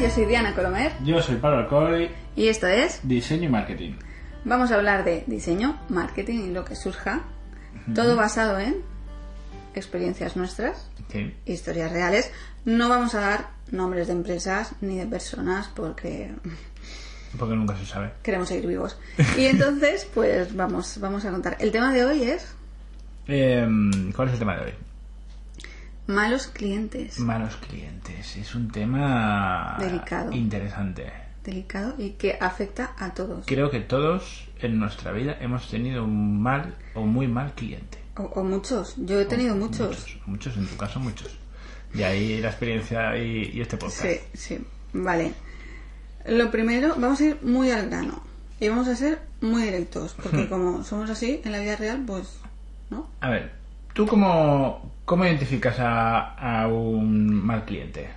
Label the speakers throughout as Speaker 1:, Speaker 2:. Speaker 1: Yo soy Diana Colomer
Speaker 2: Yo soy Pablo Alcoy,
Speaker 1: y esto es.
Speaker 2: diseño y marketing.
Speaker 1: Vamos a hablar de diseño, marketing y lo que surja. Todo basado en experiencias nuestras,
Speaker 2: Sí.
Speaker 1: historias reales. No vamos a dar nombres de empresas ni de personas porque
Speaker 2: Porque nunca se sabe.
Speaker 1: queremos seguir vivos. Y entonces, pues vamos, vamos a contar. El tema de hoy es
Speaker 2: Em, ¿Cuál es el tema de hoy?
Speaker 1: malos clientes.
Speaker 2: Malos clientes. Es un tema
Speaker 1: Delicado.
Speaker 2: interesante.
Speaker 1: Delicado y que afecta a todos.
Speaker 2: Creo que todos en nuestra vida hemos tenido un mal o muy mal cliente.
Speaker 1: O, o muchos. Yo he tenido muchos.
Speaker 2: Oh, Muchos, muchos, en tu caso muchos. De ahí la experiencia y, y este podcast.
Speaker 1: Sí, sí. Vale. Lo primero, vamos a ir muy al grano. Y vamos a ser muy directos. Porque como somos así en la vida real, pues. ¿No?
Speaker 2: A ver, ¿tú cómo, cómo identificas a, a un mal cliente?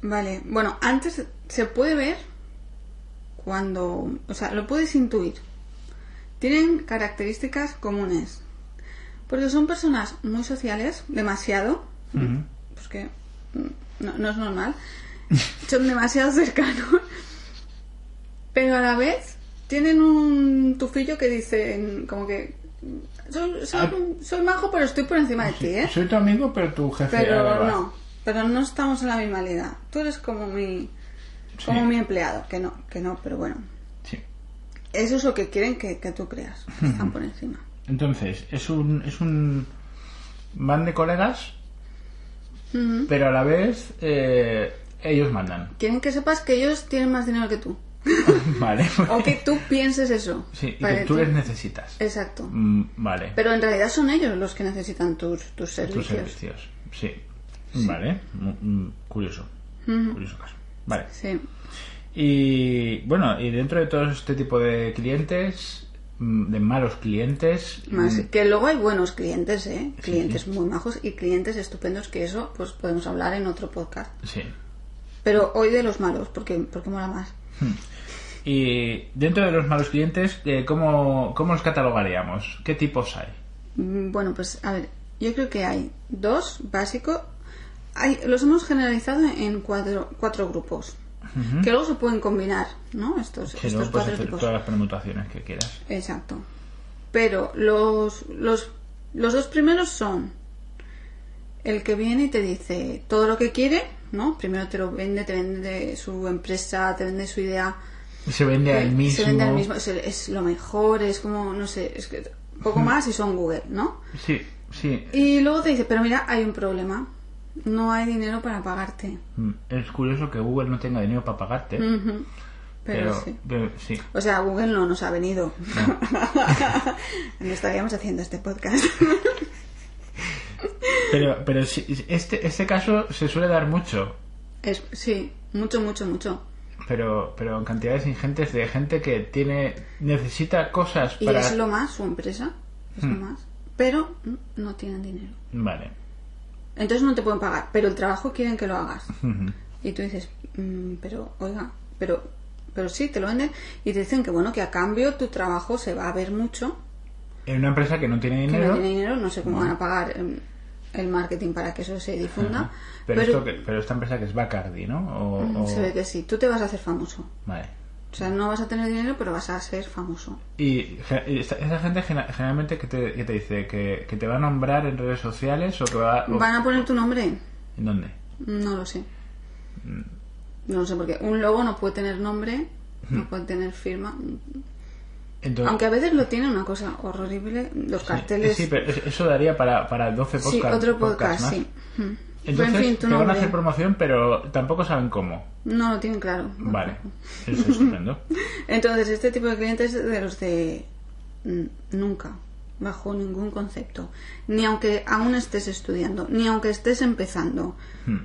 Speaker 1: Vale, bueno, antes se puede ver cuando, o sea, lo puedes intuir. Tienen características comunes. Porque son personas muy sociales, demasiado, pues que mm, no, no es normal. Son demasiado cercanos. Pero a la vez tienen un tufillo que dicen como que soy, soy,
Speaker 2: Ah.
Speaker 1: soy majo pero estoy por encima de ti, ¿eh?
Speaker 2: Soy tu amigo, pero tu jefe...
Speaker 1: Pero
Speaker 2: ahora-
Speaker 1: no, pero no estamos en la misma liga. Tú eres como mi
Speaker 2: Sí.
Speaker 1: como mi empleado, que no, que no, pero bueno.
Speaker 2: Sí.
Speaker 1: Eso es lo que quieren que, que tú creas. que Están por encima.
Speaker 2: Entonces, es un, es un van de colegas,
Speaker 1: Ujú.
Speaker 2: pero a la vez eh, ellos mandan.
Speaker 1: Quieren que sepas que ellos tienen más dinero que tú.
Speaker 2: vale.
Speaker 1: O que tú pienses eso.
Speaker 2: Sí, y
Speaker 1: Para
Speaker 2: que tú les necesitas.
Speaker 1: Exacto.
Speaker 2: Mm, Vale.
Speaker 1: Pero en realidad son ellos los que necesitan tus, tus servicios.
Speaker 2: Tus servicios. Sí. Vale. Mm, mm, Curioso. Curioso caso. Vale.
Speaker 1: Sí.
Speaker 2: Y bueno, y dentro de todo este tipo de clientes, mm, de malos clientes,
Speaker 1: Más,
Speaker 2: mm,
Speaker 1: que luego hay buenos clientes, ¿eh? Clientes muy majos y clientes estupendos que eso pues podemos hablar en otro podcast.
Speaker 2: sí.
Speaker 1: Pero hoy de los malos, porque, porque mola más.
Speaker 2: Y dentro de los malos clientes, eh, ¿cómo, ¿cómo los catalogaríamos? ¿Qué tipos hay?
Speaker 1: Mm, Bueno, pues a ver, yo creo que hay dos básicos. Hay, los hemos generalizado en cuatro, cuatro grupos, que luego se pueden combinar, ¿no? Estos,
Speaker 2: Si
Speaker 1: estos
Speaker 2: no, puedes
Speaker 1: cuatro
Speaker 2: hacer
Speaker 1: tipos.
Speaker 2: todas las permutaciones que quieras.
Speaker 1: Exacto. Pero los, los, los dos primeros son el que viene y te dice todo lo que quiere, ¿no? Primero te lo vende, te vende su empresa, te vende su idea.
Speaker 2: Y se vende al
Speaker 1: Eh,
Speaker 2: mismo.
Speaker 1: Se vende al mismo, es, el- es lo mejor, es como, no sé, es que poco más y son Google, ¿no?
Speaker 2: Sí, sí.
Speaker 1: Y luego te dice, pero mira, hay un problema. No hay dinero para pagarte.
Speaker 2: Mm, Es curioso que Google no tenga dinero para pagarte.
Speaker 1: Ujú. Mm, Pero, sí.
Speaker 2: pero sí.
Speaker 1: O sea, Google no nos ha venido. no estaríamos haciendo este podcast.
Speaker 2: Pero, pero sí, este, este caso se suele dar mucho.
Speaker 1: Es- sí, mucho, mucho, mucho.
Speaker 2: Pero, pero en cantidades ingentes de gente que tiene necesita cosas
Speaker 1: Y
Speaker 2: para. Hmm.
Speaker 1: es lo más, su empresa. Es lo más. Pero mm, no tienen dinero.
Speaker 2: Vale.
Speaker 1: Entonces no te pueden pagar, pero el trabajo quieren que lo hagas.
Speaker 2: Ujú.
Speaker 1: Y tú dices, "Mm, pero oiga, pero, pero sí, te lo venden. Y te dicen que bueno, que a cambio tu trabajo se va a ver mucho.
Speaker 2: En una empresa que no tiene
Speaker 1: que
Speaker 2: dinero.
Speaker 1: no tiene dinero, no sé cómo van a pagar em, el marketing para que eso se difunda. mm,
Speaker 2: Ajá. Pero, esto que- pero esta empresa que es Bacardi, ¿no? O- o-
Speaker 1: se ve que sí, tú te vas a hacer famoso.
Speaker 2: Vale.
Speaker 1: O sea, no vas a tener dinero, pero vas a ser famoso.
Speaker 2: Y ge- y esta- esa gente gena- generalmente que te, que te dice que, que te va a nombrar en redes sociales o que va o-
Speaker 1: ¿Van a poner tu nombre?
Speaker 2: ¿En dónde?
Speaker 1: No lo sé.
Speaker 2: Mm.
Speaker 1: No lo sé, porque un logo no puede tener nombre, no puede tener firma.
Speaker 2: Entonces,
Speaker 1: Aunque a veces lo tiene una cosa horrible, los carteles.
Speaker 2: Sí, pero es- eso daría para, para 12 podcasts.
Speaker 1: Sí, otro podcast,
Speaker 2: podcasts más.
Speaker 1: sí. Mm. Pero,
Speaker 2: Entonces,
Speaker 1: en fin, tu
Speaker 2: te van a
Speaker 1: nombre.
Speaker 2: hacer promoción, pero tampoco saben cómo.
Speaker 1: No lo tienen claro.
Speaker 2: Vale, eso es estupendo.
Speaker 1: Entonces, este tipo de clientes es de los de mm, nunca, bajo ningún concepto. Ni aunque aún estés estudiando, ni aunque estés empezando.
Speaker 2: Hmm.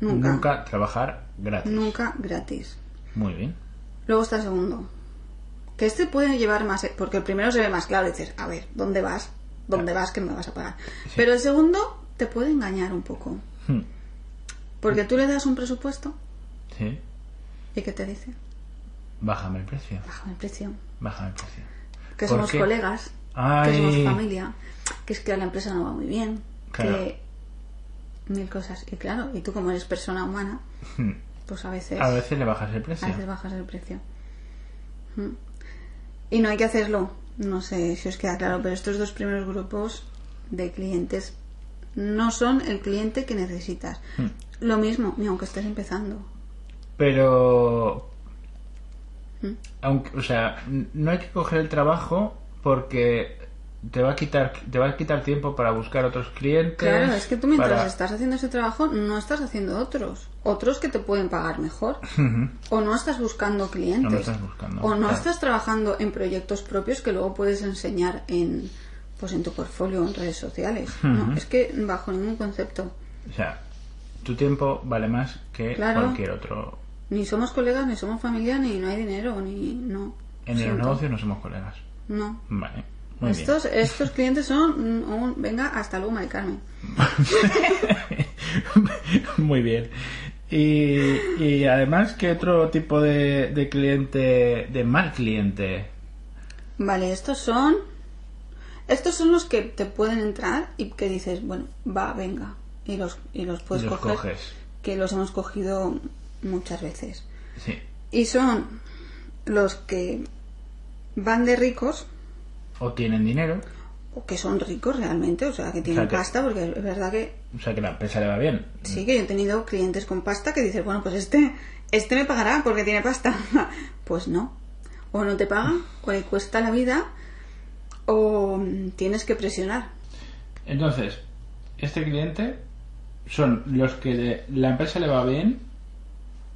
Speaker 1: Nunca. Nunca,
Speaker 2: trabajar gratis.
Speaker 1: gratis.
Speaker 2: Muy bien.
Speaker 1: Luego está el segundo. Que este puede llevar más, porque el primero se ve más claro y dices, a ver, ¿dónde vas? ¿Dónde vas que me vas a pagar? Pero el segundo te puede engañar un poco.
Speaker 2: Hmm.
Speaker 1: Porque tú le das un presupuesto
Speaker 2: Sí,
Speaker 1: y ¿qué te dice?
Speaker 2: bájame el precio.
Speaker 1: Bájame el precio.
Speaker 2: Bájame el precio.
Speaker 1: que
Speaker 2: ¿Por
Speaker 1: somos
Speaker 2: qué?
Speaker 1: colegas, que
Speaker 2: Ay.
Speaker 1: somos familia, que es que la empresa no va muy bien,
Speaker 2: Claro.
Speaker 1: que mil cosas. Y claro, y tú como eres persona humana,
Speaker 2: Hmm.
Speaker 1: pues a veces,
Speaker 2: A veces le bajas el
Speaker 1: a
Speaker 2: precio.
Speaker 1: veces bajas el precio. Ujú. Y no hay que hacerlo. No sé si os queda claro, pero estos dos primeros grupos de clientes no son el cliente que necesitas.
Speaker 2: Hmm.
Speaker 1: Lo mismo, ni aunque estés empezando.
Speaker 2: Pero.
Speaker 1: ¿Mm?
Speaker 2: Aunque, o sea, n- no hay que coger el trabajo porque te va a quitar te va a quitar tiempo para buscar otros clientes.
Speaker 1: Claro, es que tú mientras
Speaker 2: Eh, para-
Speaker 1: estás haciendo ese trabajo no estás haciendo otros. Otros que te pueden pagar mejor. O no estás buscando clientes.
Speaker 2: O no estás buscando,
Speaker 1: O no
Speaker 2: claro.
Speaker 1: estás trabajando en proyectos propios que luego puedes enseñar en pues en tu portfolio o en redes sociales. No,
Speaker 2: Ujú.
Speaker 1: es que bajo ningún concepto.
Speaker 2: O sea, tu tiempo vale más que
Speaker 1: Claro.
Speaker 2: cualquier otro.
Speaker 1: Ni somos colegas, ni somos familia, ni no hay dinero, ni no.
Speaker 2: En
Speaker 1: Siento.
Speaker 2: los negocios no somos colegas.
Speaker 1: No.
Speaker 2: Vale. Muy
Speaker 1: estos, estos clientes son mm, un- venga, hasta luego, Mari Carmen.
Speaker 2: bien. Muy bien. Y, y además, ¿qué otro tipo de, de cliente, de mal cliente?
Speaker 1: Vale, estos son. Estos son los que te pueden entrar y que dices, bueno, va, venga. Y los, y los puedes
Speaker 2: Y los
Speaker 1: coger.
Speaker 2: coges.
Speaker 1: Que los hemos cogido muchas veces.
Speaker 2: Sí.
Speaker 1: Y son los que van de ricos,
Speaker 2: O tienen dinero,
Speaker 1: o que son ricos realmente, o sea, que tienen
Speaker 2: sea, que-
Speaker 1: pasta, porque es verdad que
Speaker 2: o sea que la empresa le va bien.
Speaker 1: sí, que yo he tenido clientes con pasta que dices, bueno, pues este, este me pagará porque tiene pasta. pues no. O no te paga, o le cuesta la vida, o mm, tienes que presionar.
Speaker 2: Entonces, este cliente son los que le- la empresa le va bien,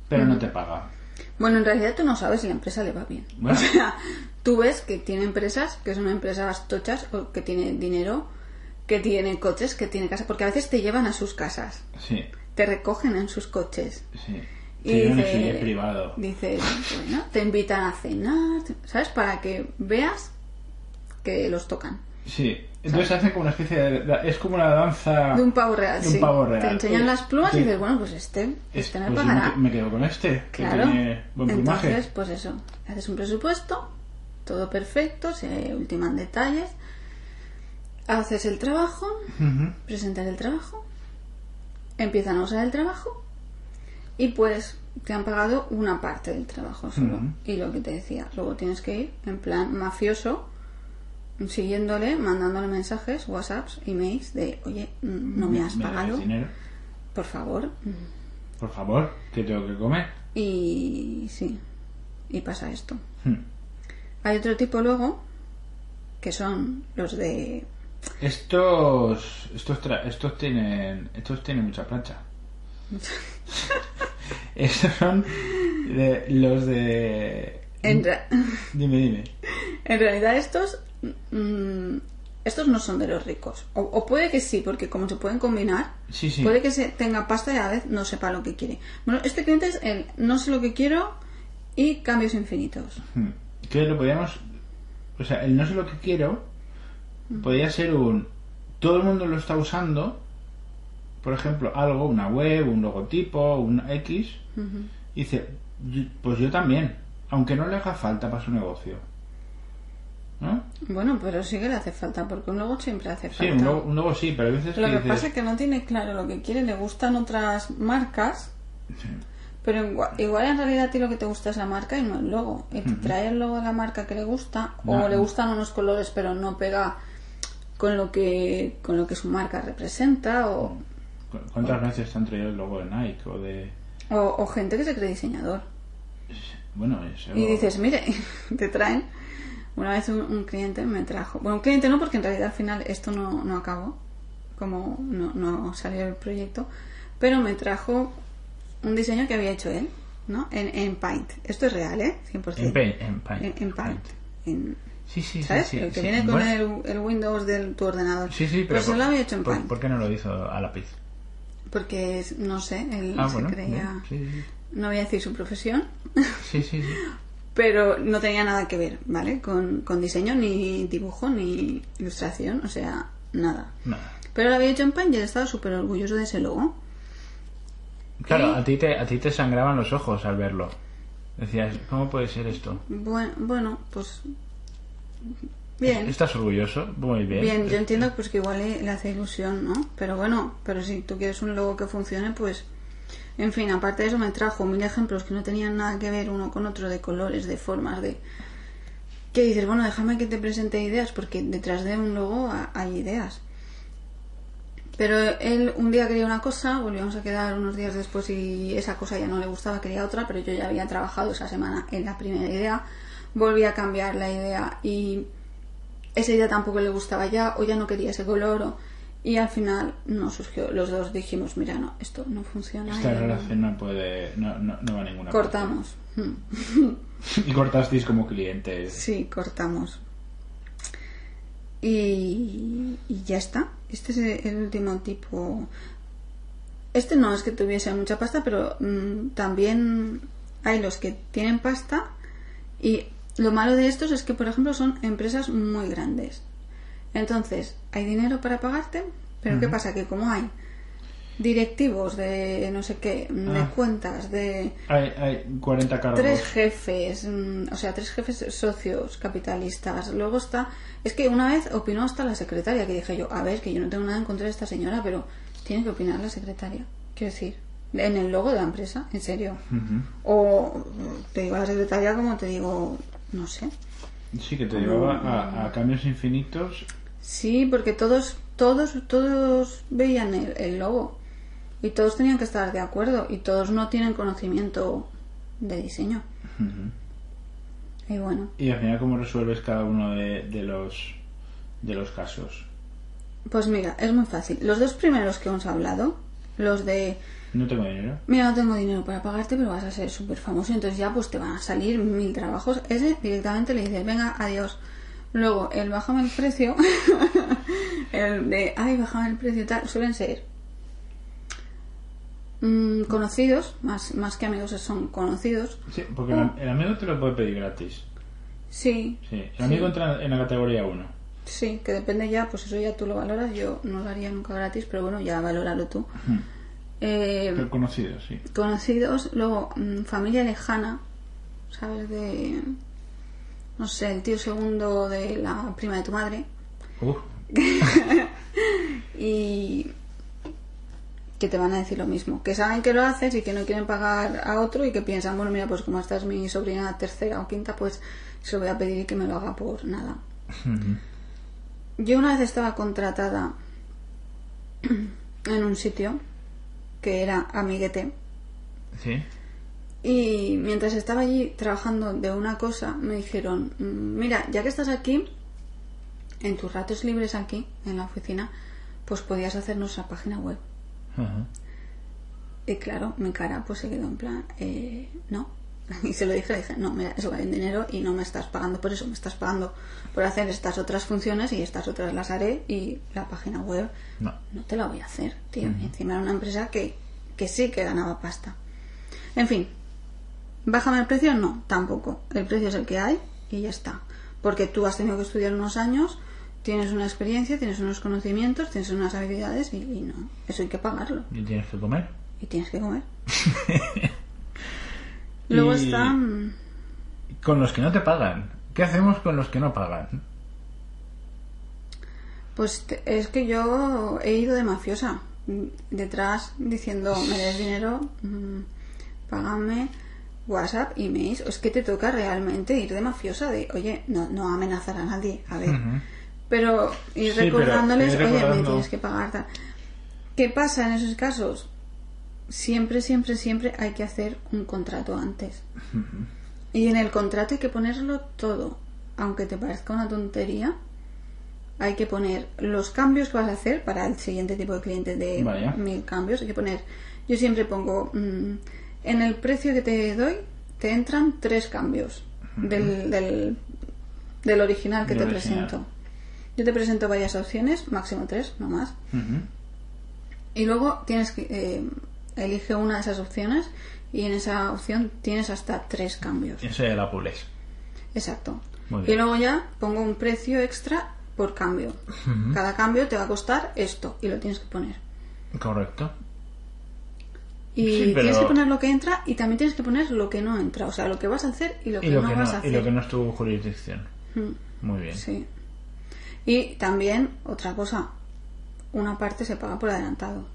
Speaker 2: pero no te paga.
Speaker 1: Bueno, en realidad tú no sabes si la empresa le va bien.
Speaker 2: Bueno.
Speaker 1: O sea, tú ves que tiene empresas, que son empresas tochas, o que tiene dinero, que tiene coches, que tiene casa, porque a veces te llevan a sus casas,
Speaker 2: Sí,
Speaker 1: te recogen en sus coches.
Speaker 2: sí.
Speaker 1: Y
Speaker 2: Tiene un
Speaker 1: dice-
Speaker 2: alquiler privado.
Speaker 1: Dices, bueno, te invitan a cenar, ¿sabes? Para que veas que los tocan.
Speaker 2: Sí. Entonces hacen como una especie de... Es como una danza...
Speaker 1: De un pavo real,
Speaker 2: Ah, De un
Speaker 1: sí.
Speaker 2: pavo real.
Speaker 1: Te enseñan
Speaker 2: Eh,
Speaker 1: las plumas
Speaker 2: sí.
Speaker 1: y dices, bueno, pues este,
Speaker 2: Es-
Speaker 1: este me
Speaker 2: pues yo
Speaker 1: pagará.
Speaker 2: me, me quedo con este, que
Speaker 1: Claro.
Speaker 2: tiene buen plumaje.
Speaker 1: Entonces, pues eso, haces un presupuesto, todo perfecto, se ultiman detalles, haces el trabajo,
Speaker 2: Ujú.
Speaker 1: presentas el trabajo, empiezan a usar el trabajo y pues te han pagado una parte del trabajo solo.
Speaker 2: Ujú.
Speaker 1: Y lo que te decía, luego tienes que ir en plan mafioso siguiéndole, mandándole mensajes, whatsapps, emails de, oye, mm, no me has
Speaker 2: ¿Me das
Speaker 1: pagado,
Speaker 2: dinero?
Speaker 1: por favor,
Speaker 2: Por favor, que tengo que comer.
Speaker 1: y sí, y pasa esto.
Speaker 2: Hmm.
Speaker 1: Hay otro tipo luego, que son los de...
Speaker 2: Estos, estos, tra- estos tienen, estos tienen mucha plancha. Estos son de- los de.
Speaker 1: En, ra-
Speaker 2: Dime, dime.
Speaker 1: en realidad estos... mm, estos no son de los ricos. O, o puede que sí, porque como se pueden combinar,
Speaker 2: Sí, sí.
Speaker 1: puede que se tenga pasta y a la vez no sepa lo que quiere. Bueno, este cliente es el no sé lo que quiero y cambios infinitos.
Speaker 2: Hmm. Que lo podíamos. O sea, el no sé lo que quiero. Podría ser un. Todo el mundo lo está usando. Por ejemplo, algo, una web, un logotipo, un X.
Speaker 1: Ujú.
Speaker 2: Y dice, "Yo- pues yo también. Aunque no le haga falta para su negocio. ¿No?
Speaker 1: Bueno, pero sí que le hace falta, porque un logo siempre hace
Speaker 2: Sí,
Speaker 1: falta.
Speaker 2: un logo, un logo sí, pero a veces
Speaker 1: Lo
Speaker 2: que
Speaker 1: que
Speaker 2: dices,
Speaker 1: pasa es que no tiene claro lo que quiere, le gustan otras marcas, pero igua- igual en realidad a ti lo que te gusta es la marca y no el logo. Y te trae el logo de la marca que le gusta,
Speaker 2: No.
Speaker 1: o le gustan unos colores pero no pega con lo que, con lo que su marca representa, o,
Speaker 2: "¿Cu- ¿cuántas veces te han traído el logo de Nike o de...
Speaker 1: o, o gente que se cree diseñador.
Speaker 2: Bueno, es algo-
Speaker 1: Y dices, mire, te traen. Una vez un, un cliente me trajo. Bueno, un cliente no, porque en realidad al final esto no, no acabó. Como no, no salió el proyecto. Pero me trajo un diseño que había hecho él, ¿no? En, en Paint. Esto es real, ¿eh? 100%.
Speaker 2: En Paint, en Paint.
Speaker 1: En, en Paint. En-
Speaker 2: Sí, sí, sí,
Speaker 1: ¿Sabes?
Speaker 2: sí,
Speaker 1: el que
Speaker 2: sí.
Speaker 1: viene con
Speaker 2: Bueno,
Speaker 1: el, el Windows de tu ordenador.
Speaker 2: Sí, sí, pero...
Speaker 1: Pues él lo había hecho en
Speaker 2: por,
Speaker 1: Paint.
Speaker 2: ¿Por qué no lo hizo a lápiz?
Speaker 1: Porque, es- no sé, él
Speaker 2: Ah,
Speaker 1: se
Speaker 2: bueno.
Speaker 1: creía...
Speaker 2: bien, Sí, sí,
Speaker 1: No voy a decir su profesión,
Speaker 2: sí. sí, sí.
Speaker 1: pero no tenía nada que ver, ¿vale? Con, con diseño, ni dibujo, ni ilustración, o sea, nada.
Speaker 2: Nada.
Speaker 1: Pero lo había hecho en Paint y él estaba súper orgulloso de ese logo.
Speaker 2: Claro,
Speaker 1: Y-
Speaker 2: a ti, te, a ti te sangraban los ojos al verlo. Decías, ¿cómo puede ser esto?
Speaker 1: Bueno, bueno pues... Bien,
Speaker 2: ¿Estás orgulloso? Muy bien.
Speaker 1: bien, yo entiendo pues que igual le, le hace ilusión, ¿no? Pero bueno, pero si tú quieres un logo que funcione, pues En fin, aparte de eso me trajo mil ejemplos que no tenían nada que ver uno con otro de colores, de formas, de... Que dices, bueno, déjame que te presente ideas porque detrás de un logo ha- hay ideas. Pero él un día quería una cosa, volvíamos a quedar unos días después y esa cosa ya no le gustaba, quería otra, pero yo ya había trabajado esa semana en la primera idea, volví a cambiar la idea y esa idea tampoco le gustaba ya o ya no quería ese color o- y al final no surgió. Los dos dijimos, mira, no, esto no funciona.
Speaker 2: Esta
Speaker 1: y no-
Speaker 2: relación no puede. No, no, no va a ninguna parte.
Speaker 1: Cortamos. Mm.
Speaker 2: Y cortasteis como clientes.
Speaker 1: Sí, cortamos. Y, y ya está. Este es el último tipo. Este no es que tuviese mucha pasta, pero mm, también hay los que tienen pasta. Y lo malo de estos es que, por ejemplo, son empresas muy grandes. Entonces, hay dinero para pagarte, pero ¿qué
Speaker 2: Ujú.
Speaker 1: pasa? Que como hay directivos de no sé qué, de
Speaker 2: Ah.
Speaker 1: cuentas, de
Speaker 2: Hay, hay 40 cargos.
Speaker 1: tres jefes, mm, o sea, tres jefes socios capitalistas. Luego está, es que una vez opinó hasta la secretaria, que dije yo, a ver, que yo no tengo nada en contra de esta señora, pero tiene que opinar la secretaria. Quiero decir, en el logo de la empresa, en serio.
Speaker 2: Ujú.
Speaker 1: O mm, te digo a la secretaria como te digo, no sé.
Speaker 2: Sí, que te llevaba a, a cambios infinitos.
Speaker 1: Sí, porque todos, todos, todos veían el, el logo y todos tenían que estar de acuerdo y todos no tienen conocimiento de diseño.
Speaker 2: Ujú.
Speaker 1: Y bueno.
Speaker 2: Y al final, ¿cómo resuelves cada uno de, de los de los casos?
Speaker 1: Pues mira, es muy fácil. Los dos primeros que hemos hablado, los de,
Speaker 2: No tengo dinero.
Speaker 1: mira, no tengo dinero para pagarte, pero vas a ser súper famoso, entonces ya pues te van a salir mil trabajos. Ese directamente le dices, venga, adiós. Luego, el bájame el precio, el de, ay, bájame el precio y tal, suelen ser mm, conocidos, más, más que amigos son conocidos.
Speaker 2: Sí, porque el, am- el amigo te lo puede pedir gratis.
Speaker 1: Sí,
Speaker 2: Sí, el amigo entra en la categoría 1.
Speaker 1: Sí, que depende ya, pues eso ya tú lo valoras, yo no lo haría nunca gratis, pero bueno, ya valóralo tú. Eh,
Speaker 2: Pero conocido, sí.
Speaker 1: conocidos, luego mm, familia lejana, ¿sabes? De, no sé, el tío segundo de la prima de tu madre
Speaker 2: Uf,
Speaker 1: y que te van a decir lo mismo, que saben que lo haces y que no quieren pagar a otro y que piensan, bueno, mira, pues como esta es mi sobrina tercera o quinta, pues se lo voy a pedir y que me lo haga por nada. Yo una vez estaba contratada en un sitio que era amiguete.
Speaker 2: sí.
Speaker 1: Y mientras estaba allí trabajando de una cosa, me dijeron, "Mm, mira, ya que estás aquí, en tus ratos libres aquí, en la oficina, pues podías hacernos la página web.
Speaker 2: Ajá.
Speaker 1: Y claro, mi cara pues se quedó en plan, "Eh, no. Y se lo dije, le dije, no, mira, eso vale dinero y no me estás pagando por eso, me estás pagando por hacer estas otras funciones y estas otras las haré y la página web
Speaker 2: No.
Speaker 1: no te la voy a hacer, tío. Encima era una empresa que, que sí que ganaba pasta. En fin, ¿bájame el precio? No, tampoco. El precio es el que hay y ya está. Porque tú has tenido que estudiar unos años, tienes una experiencia, tienes unos conocimientos, tienes unas habilidades y, y no. Eso hay que pagarlo.
Speaker 2: ¿Y tienes que comer?
Speaker 1: Y tienes que comer. Luego mm,
Speaker 2: Y-
Speaker 1: están...
Speaker 2: Con los que no te pagan. ¿Qué hacemos con los que no pagan?
Speaker 1: Pues te- es que yo he ido de mafiosa mm, detrás diciendo me des dinero, mm, págame WhatsApp, emails, o es que te toca realmente ir de mafiosa de oye, no, no amenazar a nadie, a ver.
Speaker 2: Ujú.
Speaker 1: Pero ir
Speaker 2: Sí, pero
Speaker 1: recordándoles,
Speaker 2: ir
Speaker 1: oye, me
Speaker 2: recordando.
Speaker 1: tienes que pagar. tal". ¿Qué pasa en esos casos? Siempre, siempre, siempre hay que hacer un contrato antes. Y en el contrato hay que ponerlo todo. Aunque te parezca una tontería, hay que poner los cambios que vas a hacer para el siguiente tipo de cliente de
Speaker 2: Vaya.
Speaker 1: mil cambios. Hay que poner, yo siempre pongo, mm, en el precio que te doy, te entran tres cambios del, del, del original que
Speaker 2: Del
Speaker 1: te
Speaker 2: original.
Speaker 1: presento. Yo te presento varias opciones, máximo tres, no más.
Speaker 2: Ujú.
Speaker 1: Y luego tienes que eh, elige una de esas opciones y en esa opción tienes hasta tres cambios.
Speaker 2: Eso ya la pules.
Speaker 1: Exacto.
Speaker 2: Muy
Speaker 1: Y
Speaker 2: bien.
Speaker 1: luego ya pongo un precio extra por cambio. Cada cambio te va a costar esto y lo tienes que poner.
Speaker 2: Correcto.
Speaker 1: Y
Speaker 2: Sí, pero-
Speaker 1: tienes que poner lo que entra y también tienes que poner lo que no entra. O sea, lo que vas a hacer y lo que
Speaker 2: Y lo,
Speaker 1: no
Speaker 2: que
Speaker 1: vas a
Speaker 2: no, y
Speaker 1: hacer. Mm.
Speaker 2: lo que no es tu jurisdicción. Muy bien.
Speaker 1: Sí. Y también, otra cosa, una parte se paga por adelantado.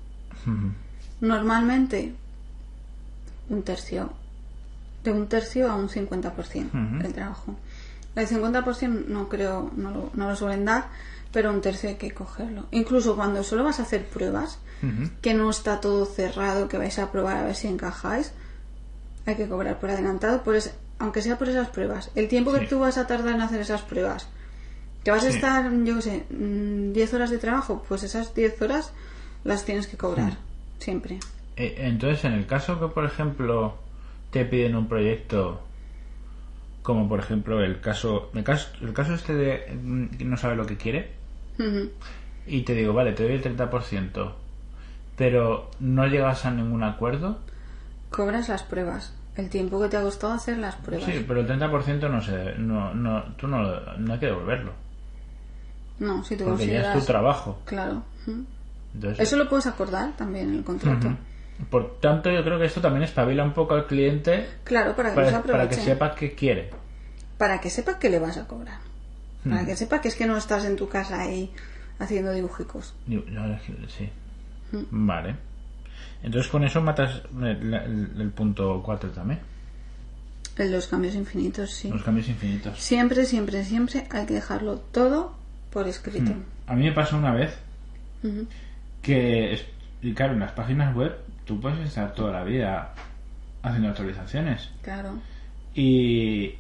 Speaker 2: Ujú.
Speaker 1: Normalmente un tercio, de un tercio a un 50%
Speaker 2: Ujú.
Speaker 1: del trabajo. El 50% no creo, no lo, no lo suelen dar, pero un tercio hay que cogerlo. Incluso cuando solo vas a hacer pruebas,
Speaker 2: Ujú.
Speaker 1: que no está todo cerrado, que vais a probar a ver si encajáis, hay que cobrar por adelantado, por es- aunque sea por esas pruebas. El tiempo que
Speaker 2: Sí.
Speaker 1: tú vas a tardar en hacer esas pruebas, que vas a
Speaker 2: Sí.
Speaker 1: estar, yo qué sé, mm, 10 horas de trabajo, pues esas 10 horas las tienes que cobrar,
Speaker 2: Mm.
Speaker 1: siempre.
Speaker 2: Eh, Entonces, en el caso que, por ejemplo, te piden un proyecto, como por ejemplo el caso, el caso, el caso este de mm, que no sabe lo que quiere,
Speaker 1: Ujú.
Speaker 2: y te digo, vale, te doy el 30%, pero no llegas a ningún acuerdo,
Speaker 1: Cobras las pruebas, el tiempo que te ha costado hacer las pruebas.
Speaker 2: sí, pero el 30% no se debe- no, no, tú no, lo- no hay que devolverlo,
Speaker 1: No, si tú
Speaker 2: porque ya es tu
Speaker 1: consideras...
Speaker 2: trabajo.
Speaker 1: Claro. ujú.
Speaker 2: Entonces,
Speaker 1: Eso lo puedes acordar también en el contrato.
Speaker 2: Ujú. Por tanto, yo creo que esto también espabila un poco al cliente
Speaker 1: Claro, para que no se
Speaker 2: para,
Speaker 1: aproveche.
Speaker 2: para que sepa qué quiere.
Speaker 1: para que sepa que le vas a cobrar. Para que sepa que es que no estás en tu casa ahí haciendo dibujicos.
Speaker 2: Digo, no, es que- Sí. Vale. Entonces con eso matas el, el- el punto 4 también.
Speaker 1: En los cambios infinitos, sí.
Speaker 2: Los cambios infinitos.
Speaker 1: Siempre, siempre, siempre hay que dejarlo todo por escrito.
Speaker 2: A mí me pasó una vez
Speaker 1: Ujú.
Speaker 2: que, es- y claro, en las páginas web tú puedes estar toda la vida haciendo actualizaciones.
Speaker 1: Claro.
Speaker 2: Y,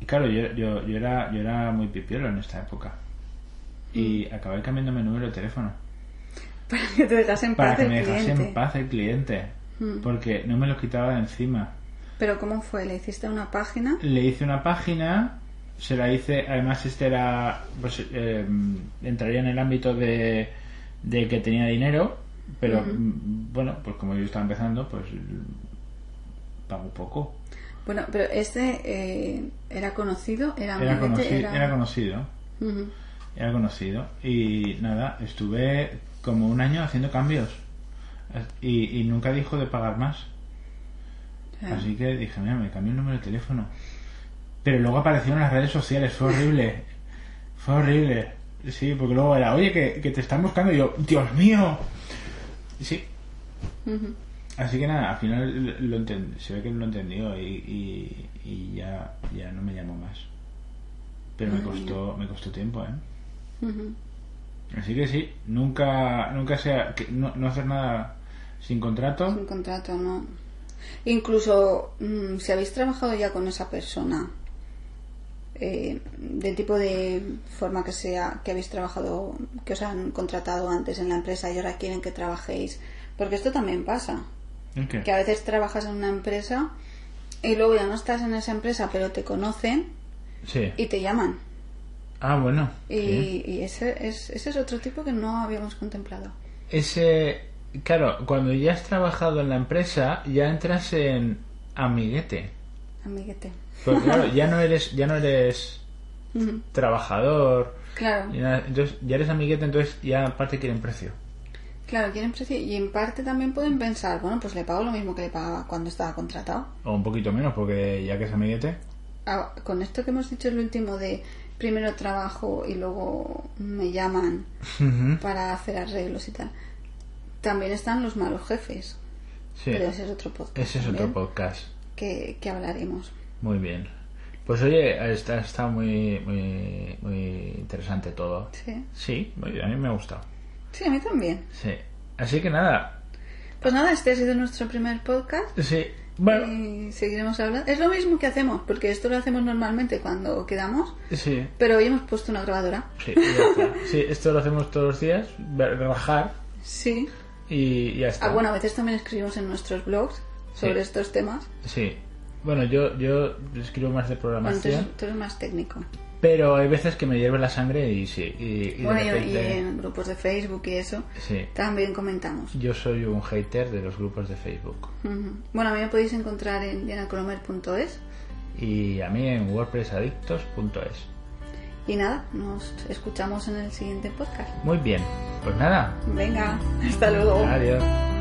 Speaker 2: y claro, yo, yo, yo, era, yo era muy pipiolo en esta época. Y acabé cambiándome el número de teléfono.
Speaker 1: Para que te dejas en
Speaker 2: para
Speaker 1: paz
Speaker 2: que
Speaker 1: el
Speaker 2: me dejase
Speaker 1: cliente.
Speaker 2: en paz el cliente. Porque no me lo quitaba de encima.
Speaker 1: Pero ¿cómo fue? ¿Le hiciste una página?
Speaker 2: Le hice una página, se la hice, además este era, pues eh, entraría en el ámbito de, de que tenía dinero, pero mm, bueno, pues como yo estaba empezando, pues mm, pago poco.
Speaker 1: Bueno, pero este eh, era conocido, era,
Speaker 2: Era,
Speaker 1: amiguete,
Speaker 2: conoci-
Speaker 1: era-
Speaker 2: era conocido,
Speaker 1: Ujú.
Speaker 2: era conocido. Y nada, estuve como un año haciendo cambios y, y nunca dijo de pagar más.
Speaker 1: Claro.
Speaker 2: Así que dije, mira, me cambié el número de teléfono. Pero luego aparecieron las redes sociales, fue horrible. Fue horrible. Sí, porque luego era, oye, que, que te están buscando. Y yo, Dios mío. Y Sí.
Speaker 1: Ujú.
Speaker 2: Así que nada, al final lo enten- se ve que lo entendió y, y- y ya, ya no me llamó más. Pero me costó, me costó tiempo, ¿eh?
Speaker 1: Ujú.
Speaker 2: Así que sí, nunca, nunca sea, que no, no hacer nada sin contrato.
Speaker 1: Un contrato, ¿no? Incluso mm, si habéis trabajado ya con esa persona, eh, del tipo de forma que sea que habéis trabajado, que os han contratado antes en la empresa y ahora quieren que trabajéis, porque esto también pasa,
Speaker 2: ¿El qué?
Speaker 1: que a veces trabajas en una empresa y luego ya no estás en esa empresa, pero te conocen
Speaker 2: Sí.
Speaker 1: y te llaman.
Speaker 2: Ah, bueno.
Speaker 1: Y,
Speaker 2: sí.
Speaker 1: y ese, es, ese es otro tipo que no habíamos contemplado.
Speaker 2: Ese, claro, cuando ya has trabajado en la empresa, ya entras en amiguete.
Speaker 1: Amiguete.
Speaker 2: Porque claro, ya no eres, ya no eres
Speaker 1: Ujú.
Speaker 2: trabajador,
Speaker 1: Claro.
Speaker 2: ni nada. entonces ya eres amiguete, entonces ya aparte quieren precio.
Speaker 1: Claro, quieren precio y en parte también pueden pensar, bueno, pues le pago lo mismo que le pagaba cuando estaba contratado.
Speaker 2: O un poquito menos, porque ya que es amiguete,
Speaker 1: Ah, con esto que hemos dicho el último de primero trabajo y luego me llaman
Speaker 2: Ujú.
Speaker 1: para hacer arreglos y tal. También están los malos jefes,
Speaker 2: sí,
Speaker 1: pero ese es otro podcast.
Speaker 2: ese es otro
Speaker 1: también
Speaker 2: podcast.
Speaker 1: Que, que hablaremos.
Speaker 2: Muy bien. Pues oye, está, está muy, muy, muy interesante todo.
Speaker 1: Sí.
Speaker 2: Sí, muy bien, a mí me ha gustado.
Speaker 1: sí, a mí también.
Speaker 2: Sí. Así que nada,
Speaker 1: Pues nada, este ha sido nuestro primer podcast.
Speaker 2: sí. Bueno,
Speaker 1: Y seguiremos hablando. Es lo mismo que hacemos, porque esto lo hacemos normalmente cuando quedamos,
Speaker 2: sí.
Speaker 1: pero hoy hemos puesto una grabadora.
Speaker 2: Sí, ya está. Sí, esto lo hacemos todos los días, ver- relajar
Speaker 1: Sí.
Speaker 2: y ya está.
Speaker 1: Ah, bueno, a veces también escribimos en nuestros blogs sobre
Speaker 2: Sí.
Speaker 1: estos temas.
Speaker 2: Sí. Bueno, yo, yo escribo más de
Speaker 1: Bueno, tú,
Speaker 2: programación,
Speaker 1: eres, tú eres más técnico.
Speaker 2: pero hay veces que me hierve la sangre y sí. Y, y de
Speaker 1: bueno, y- y, eh,
Speaker 2: repente-
Speaker 1: en grupos de Facebook y eso
Speaker 2: Sí.
Speaker 1: también comentamos.
Speaker 2: Yo soy un hater de los grupos de Facebook.
Speaker 1: Ujú. Bueno, a mí me podéis encontrar en dianacolomer.es
Speaker 2: Y a mí en wordpressadictos.es.
Speaker 1: y nada, nos escuchamos en el siguiente podcast.
Speaker 2: Muy bien. Pues nada.
Speaker 1: Venga, hasta luego.
Speaker 2: Adiós.